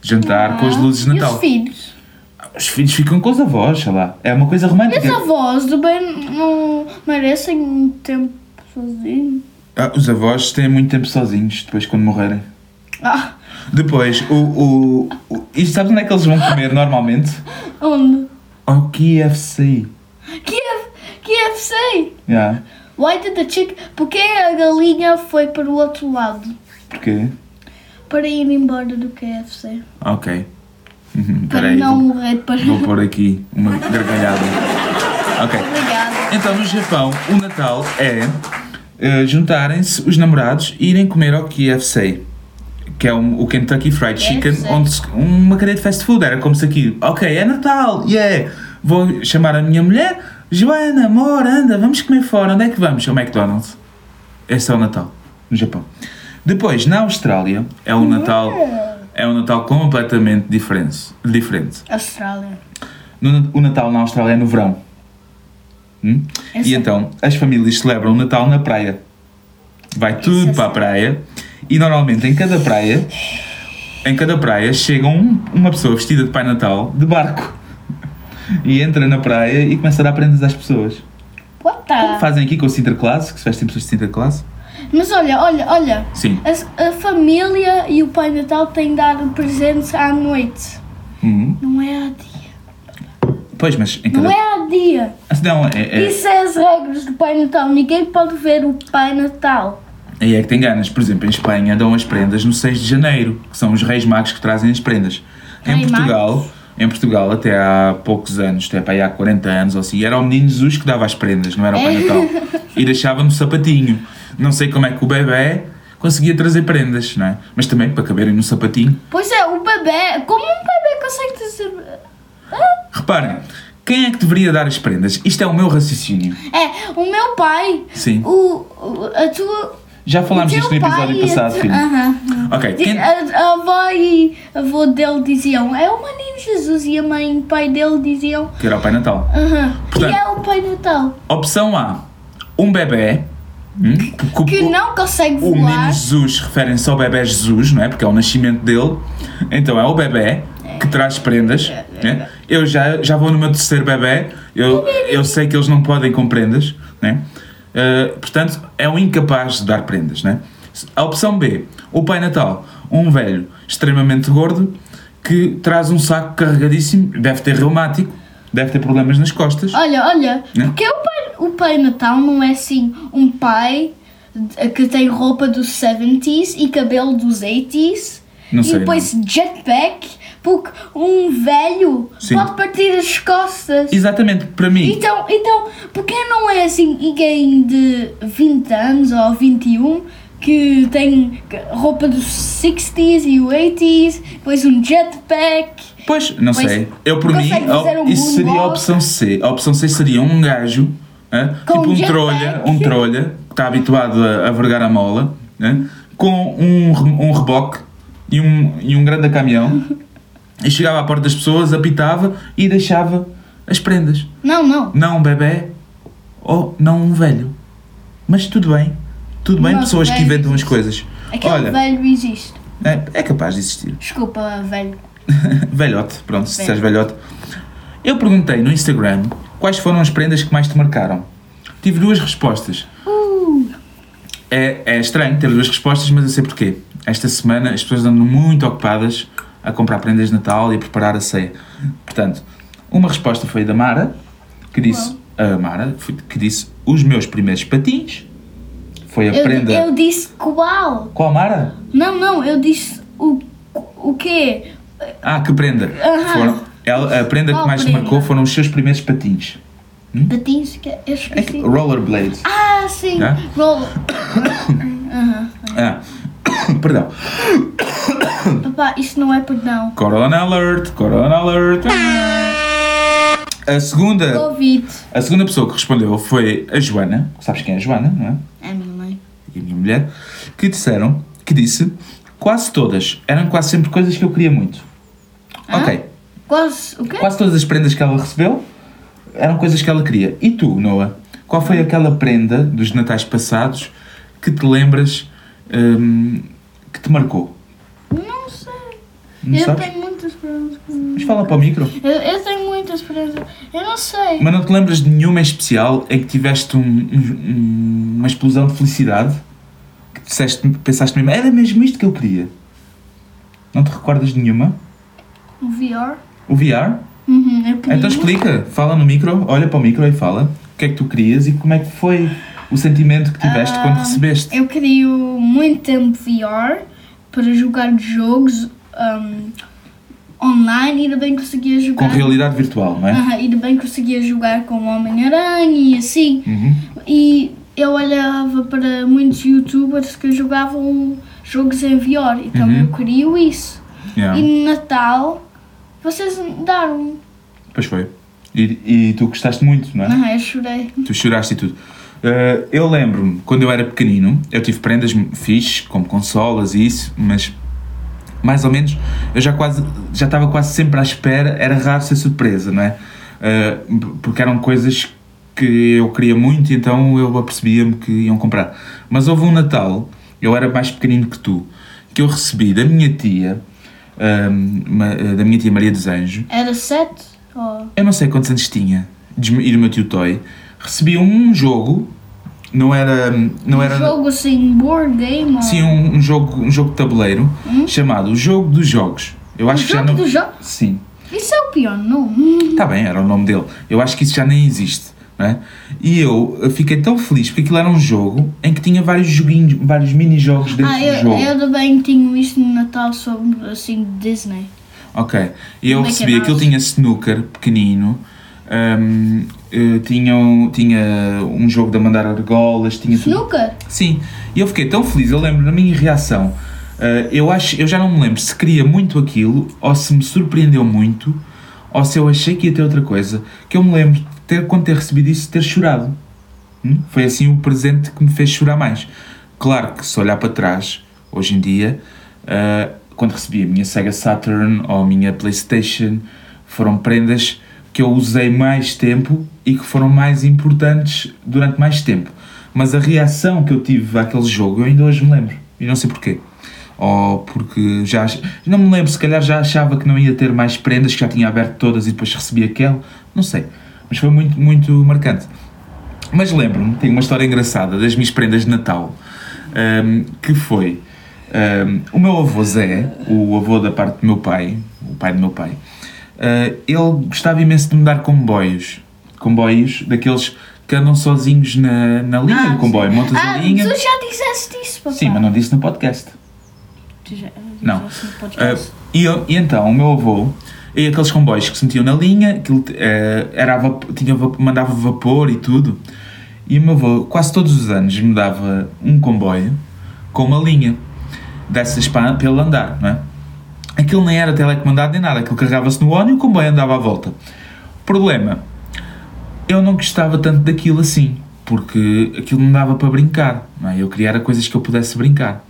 B: Jantar com as luzes de
C: Ah, E
B: Natal.
C: os filhos?
B: Os filhos ficam com os avós, sei lá. É uma coisa
C: E os
B: romântica.
C: avós do bem não merecem um tempo sozinho?
B: Ah, os avós têm muito tempo sozinhos depois quando morrerem.
C: Ah,
B: Depois, o. o, o e sabes onde é que eles vão comer normalmente?
C: onde?
B: Ao KFC.
C: Kiev, KFC!
B: Yeah.
C: Why did the chick... Porque a galinha foi para o outro lado?
B: Porquê?
C: Para ir embora do KFC.
B: Ok. Uhum,
C: Para
B: Peraí.
C: não
B: Vou,
C: morrer para...
B: vou pôr aqui uma gargalhada. Ok.
C: Obrigada.
B: Então, no Japão, o Natal é eh, juntarem-se os namorados e irem comer ao KFC, que é um- o Kentucky Fried Chicken,
C: KFC.
B: onde se- uma cadeia de fast food. Era como se aqui, ok, é Natal, yeah, vou chamar a minha mulher, Joana, amor, anda, vamos comer fora, onde é que vamos? Ao McDonald's. Esse é o Natal, no Japão. Depois, na Austrália, é um Natal, é um Natal completamente diferente. diferente.
C: Austrália.
B: No- o Natal na Austrália é no verão. Hum?
C: Eu
B: E
C: sei.
B: então as famílias celebram o Natal na praia. Vai tudo
C: eu
B: para a
C: sei.
B: praia e normalmente em cada praia, em cada praia chega um- uma pessoa vestida de Pai Natal de barco e entra na praia e começa a dar prendas às pessoas.
C: What
B: Como
C: the...
B: fazem aqui com o Sinterklaas, que se vestem pessoas de Sinterklaas?
C: Mas olha, olha, olha.
B: Sim.
C: A, a família e o Pai Natal têm dado presentes à noite.
B: Uhum.
C: Não é à dia.
B: Pois, mas em cada.
C: Não é à dia.
B: Ah, Não, é, é,
C: Isso é as regras do Pai Natal. Ninguém pode ver o Pai Natal.
B: aí é que tem ganas. Por exemplo, em Espanha dão as prendas no 6 de janeiro, que são os Reis Magos que trazem as prendas. Em
C: Reis
B: Portugal,
C: Magos?
B: em Portugal, até há poucos anos, até para aí há 40 anos ou assim, era o menino Jesus que dava as prendas, não era o Pai
C: É.
B: Natal. E deixava no sapatinho. Não sei como é que o bebê conseguia trazer prendas, não é? Mas também para caberem no sapatinho.
C: Pois é, o bebê. Como um bebê consegue trazer.
B: Reparem, quem é que deveria dar as prendas? Isto é o meu raciocínio.
C: É, o meu pai.
B: Sim.
C: O, o- a tua.
B: Já falámos
C: o teu
B: disto no
C: pai
B: episódio
C: e a
B: passado,
C: tu-
B: filho.
C: Aham.
B: Ok,
C: Di-
B: quem-
C: A, a avó e a avó dele diziam: É o menino Jesus. E a mãe e o pai dele diziam:
B: Que era o Pai Natal.
C: Aham.
B: Portanto-
C: E é o Pai Natal.
B: Opção A: um bebê. hum, que-
C: Que não consegue
B: O menino
C: voar.
B: Jesus referem-se ao bebê Jesus, não é? Porque é o nascimento dele. Então é o bebê que
C: É.
B: traz prendas. né? Eu já, já vou no meu terceiro bebê. Eu, eu sei que eles não podem com prendas. Né? Uh, portanto, é um incapaz de dar prendas. Né? A opção B, o Pai Natal, um velho extremamente gordo que traz um saco carregadíssimo, deve ter reumático, deve ter problemas nas costas.
C: Olha, olha,
B: Né?
C: porque o pai, o pai Natal não é assim um pai de- que tem roupa dos 70s e cabelo dos 80s
B: Não
C: e
B: sei,
C: depois jetpack, porque um velho
B: Sim.
C: pode partir as costas.
B: Exatamente, para mim.
C: Então, então, porque não é assim ninguém de 20 anos ou 21 que tem roupa dos 60s e 80s, depois um jetpack?
B: Pois, não
C: Pois,
B: sei. Eu, por
C: não
B: mim,
C: consegue fazer
B: oh,
C: um
B: isso seria a
C: moonwalk.
B: opção C. A opção C seria um gajo, hã?
C: Com
B: tipo
C: um
B: um
C: jetpack.
B: trolha, um trolha, que está habituado a, a vergar a mola, hã? com um, re- um reboque e um, e um grande caminhão, e chegava à porta das pessoas, apitava e deixava as prendas.
C: Não, não.
B: Não um bebê ou não um velho. Mas tudo bem. Tudo bem,
C: Não,
B: pessoas que
C: velho
B: inventam as coisas.
C: Aquele
B: Olha,
C: velho existe.
B: é, é capaz de existir.
C: Desculpa, velho.
B: Velhote, pronto, se
C: Velho.
B: disseres velhote. Eu perguntei no Instagram quais foram as prendas que mais te marcaram. Tive duas respostas.
C: Uh!
B: É, é estranho ter duas respostas, mas eu sei porquê. Esta semana as pessoas andam muito ocupadas a comprar prendas de Natal e a preparar a ceia. Portanto, uma resposta foi da Mara, que disse. A Mara, foi- que disse os meus primeiros patins. Foi a
C: Eu,
B: prenda.
C: eu disse qual?
B: Qual Mara?
C: Não, não, eu disse o, o quê?
B: Ah, que prenda!
C: Aham.
B: Foram- ela- a prenda
C: Qual
B: que mais te
C: prenda?
B: marcou foram os seus primeiros patins.
C: Patins que eu
B: Hum? É que-
C: esqueci.
B: Rollerblades.
C: Ah, sim.
B: Hã?
C: Roll.
B: Ah. Perdão.
C: Papá, isto não é perdão.
B: Corona alert, corona alert. A segunda,
C: Covid.
B: a segunda pessoa que respondeu foi a Joana. Sabes quem é a Joana, não é?
C: É minha mãe.
B: E a minha mulher. Que disseram, que disse, quase todas, eram quase sempre coisas que eu queria muito. Ok.
C: Quase, o quê?
B: Quase todas as prendas que ela recebeu eram coisas que ela queria. E tu, Noah? Qual foi aquela prenda dos natais passados que te lembras hum, que te marcou?
C: Não sei.
B: Não
C: eu
B: sabes?
C: tenho muitas prendas.
B: Mas fala para o micro.
C: Eu, eu tenho muitas prendas. Eu não sei.
B: Mas não te lembras de nenhuma em especial em que tiveste um- um- uma explosão de felicidade? Que disseste, pensaste mesmo, era mesmo isto que eu queria? Não te recordas de nenhuma?
C: O VR?
B: O VR?
C: Uhum, eu queria.
B: Então explica, fala no micro, olha para o micro e fala o que é que tu querias e como é que foi o sentimento que tiveste
C: Ah,
B: quando recebeste.
C: Eu queria muito tempo VR para jogar jogos ahm, online. Ainda bem que conseguia
B: Com
C: jogar.
B: realidade virtual, não é?
C: Aham, ainda bem que conseguia jogar com o Homem-Aranha e assim.
B: Uhum.
C: E eu olhava para muitos youtubers que jogavam jogos em VR. Então
B: Uhum. Então.
C: eu queria isso.
B: Yeah.
C: E no Natal, vocês me deram.
B: Pois foi. E, e tu gostaste muito, não é?
C: Aham, eu chorei.
B: Tu choraste e tudo. Eh, eu lembro-me, quando eu era pequenino, eu tive prendas fixes, como consolas e isso, mas mais ou menos eu já quase já estava quase sempre à espera, era raro ser surpresa, não é? Eh, porque eram coisas que eu queria muito, então eu apercebia-me que iam comprar. Mas houve um Natal, eu era mais pequenino que tu, que eu recebi da minha tia, eh, ma- eh, da minha tia Maria dos Anjos,
C: Era sete? Oh.
B: eu não sei quantos anos tinha, diz e do meu tio Toy, recebi um jogo, não era. Não era
C: Jogo assim, board game? ou-
B: Sim, um, um jogo, um jogo de tabuleiro chamado O Jogo dos Jogos. Eu acho que
C: Hum? Um jogo
B: já não.
C: dos jogos?
B: Sim,
C: Isso é o pior nome.
B: está bem, era o nome dele. Eu acho que isso já nem existe. não é? E eu eh, fiquei tão feliz porque aquilo era um jogo em que tinha vários joguinhos, vários mini-jogos dentro
C: Ah,
B: do
C: eu,
B: jogo.
C: eu também tinha isto no Natal sobre, assim, Disney.
B: Ok. E eu
C: Mickey
B: recebi aquilo,
C: Mouse.
B: tinha snooker pequenino, hum, eh, tinha, um- tinha um jogo de mandar argolas, tinha tudo.
C: Snooker?
B: Sim, E eu fiquei tão feliz, eu lembro na minha reação. eh, eu, acho, eu já não me lembro se queria muito aquilo, ou se me surpreendeu muito, ou se eu achei que ia ter outra coisa, que eu me lembro de ter, quando ter recebido isso, ter chorado. Hum? Foi assim o presente que me fez chorar mais. Claro que se olhar para trás, hoje em dia, ah, quando recebi a minha Sega Saturn ou a minha PlayStation, foram prendas que eu usei mais tempo e que foram mais importantes durante mais tempo. Mas a reação que eu tive àquele jogo, eu ainda hoje me lembro. E não sei porquê. Ou porque já. ach- Não me lembro, se calhar já achava que não ia ter mais prendas, que já tinha aberto todas e depois recebi aquele. Não sei. Mas foi muito, muito marcante. Mas lembro-me, tenho uma história engraçada das minhas prendas de Natal, ahm, que foi ahm, o meu avô Zé, o avô da parte do meu pai, o pai do meu pai, ah, ele gostava imenso de me dar comboios. Comboios daqueles que andam sozinhos na, na linha,
C: Ah,
B: o comboio, montas
C: Ah,
B: a linha.
C: tu já disseste isso, papai.
B: Sim, mas não disse no podcast.
C: Tu já-
B: Não.
C: já se pode
B: Ah,
C: fazer.
B: e, eu- e então, o meu avô, e aqueles comboios que se metiam na linha, aquilo, eh, era a vap- tinha, vap- mandava vapor e tudo. E o meu avô, quase todos os anos, me dava um comboio com uma linha dessas para, para ele andar, não é? Aquilo nem era telecomandado nem nada, aquilo carregava-se no ônibus e o comboio andava à volta. Problema, eu não gostava tanto daquilo assim, porque aquilo não dava para brincar, não é? Eu queria era coisas que eu pudesse brincar.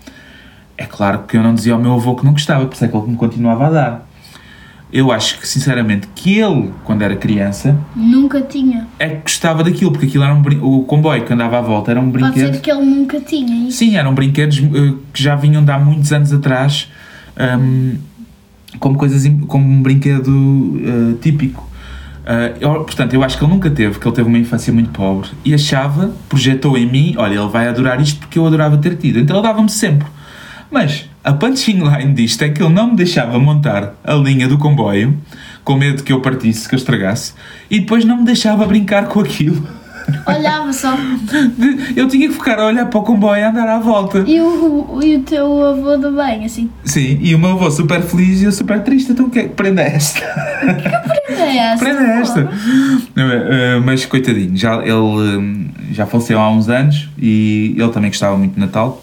B: É claro que eu não dizia ao meu avô que não gostava, por isso é que ele me continuava a dar. Eu acho que, sinceramente, que ele, quando era criança,
C: Nunca tinha.
B: é que gostava daquilo, porque aquilo era um brin- o comboio que andava à volta era um
C: Pode
B: brinquedo.
C: ser que ele nunca tinha isso.
B: Sim, eram brinquedos eh, que já vinham de há muitos anos atrás, hum, como, coisas, im- como um brinquedo eh, típico. Ah, eu- portanto, eu acho que ele nunca teve, que ele teve uma infância muito pobre e achava, projetou em mim: olha, ele vai adorar isto porque eu adorava ter tido. Então ele dava-me sempre. Mas a punching line disto é que ele não me deixava montar a linha do comboio, com medo que eu partisse, que eu estragasse, e depois não me deixava brincar com aquilo.
C: Olhava só.
B: Eu tinha que ficar a olhar para o comboio e andar à volta.
C: E o, o- e o teu avô do bem, assim.
B: Sim, e o meu avô super feliz e eu super triste, então o que é que prenda esta?
C: Prenda esta.
B: prenda esta! Não é? Eh, mas coitadinho, já, ele hum, já faleceu há uns anos e ele também gostava muito de Natal.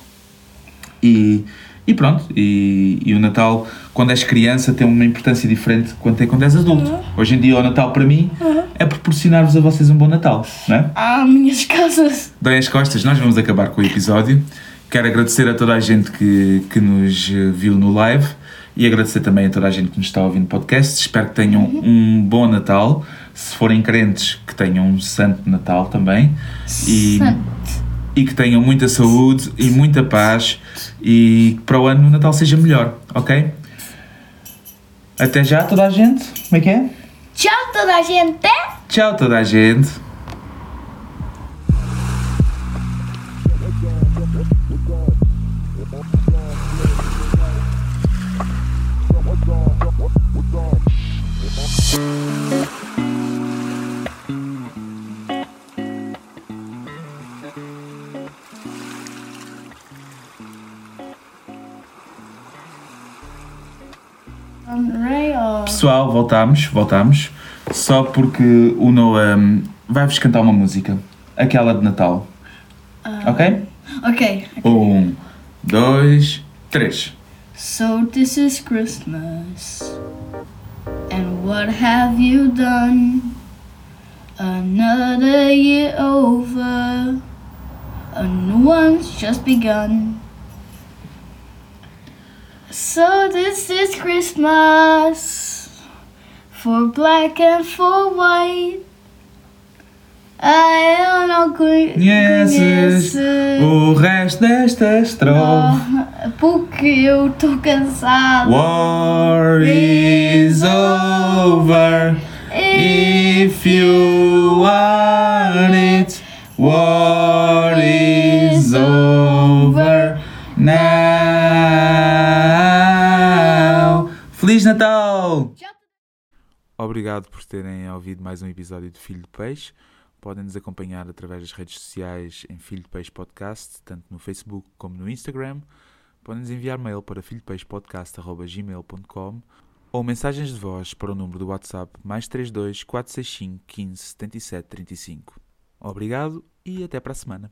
B: E, e pronto, e, e o Natal, quando és criança, tem uma importância diferente de quanto é quando és adulto. Hoje em dia, o Natal para mim é proporcionar-vos a vocês um bom Natal, não é?
C: Ah, minhas casas.
B: Bem, as costas, nós vamos acabar com o episódio. Quero agradecer a toda a gente que, que nos eh, viu no live e agradecer também a toda a gente que nos está ouvindo no podcast. Espero que tenham um bom Natal. Se forem crentes, que tenham um Santo Natal também. E,
C: Santo.
B: e que tenham muita saúde e muita paz. E que para o ano o Natal seja melhor, ok? Até já, toda a gente. Como é que é?
C: Tchau, toda a gente. é?
B: Tchau, toda a gente.
C: Andrei, ó.
B: Pessoal, voltámos, voltámos. Só porque o Noah hum, vai-vos cantar uma música. Aquela de Natal. Ok?
C: Ok.
B: Um, dois, três.
C: So this is Christmas. And what have you done? Another year over. A new one's just begun. So this is Christmas. For black and for white. I don't know green.
B: Yes, Oh, O resto desta estrofe.
C: Oh, Porque eu tô cansado.
B: War is over if you want it. War is over now. Feliz Natal! Obrigado por terem ouvido mais um episódio de Filho de Peixe. Podem nos acompanhar através das redes sociais em Filho de Peixe Podcast, tanto no Facebook como no Instagram. Podem nos enviar mail para filhodepeixepodcast.gmail.com ou mensagens de voz para o número do WhatsApp mais um 32 465 15 77 35. Obrigado e até para a semana.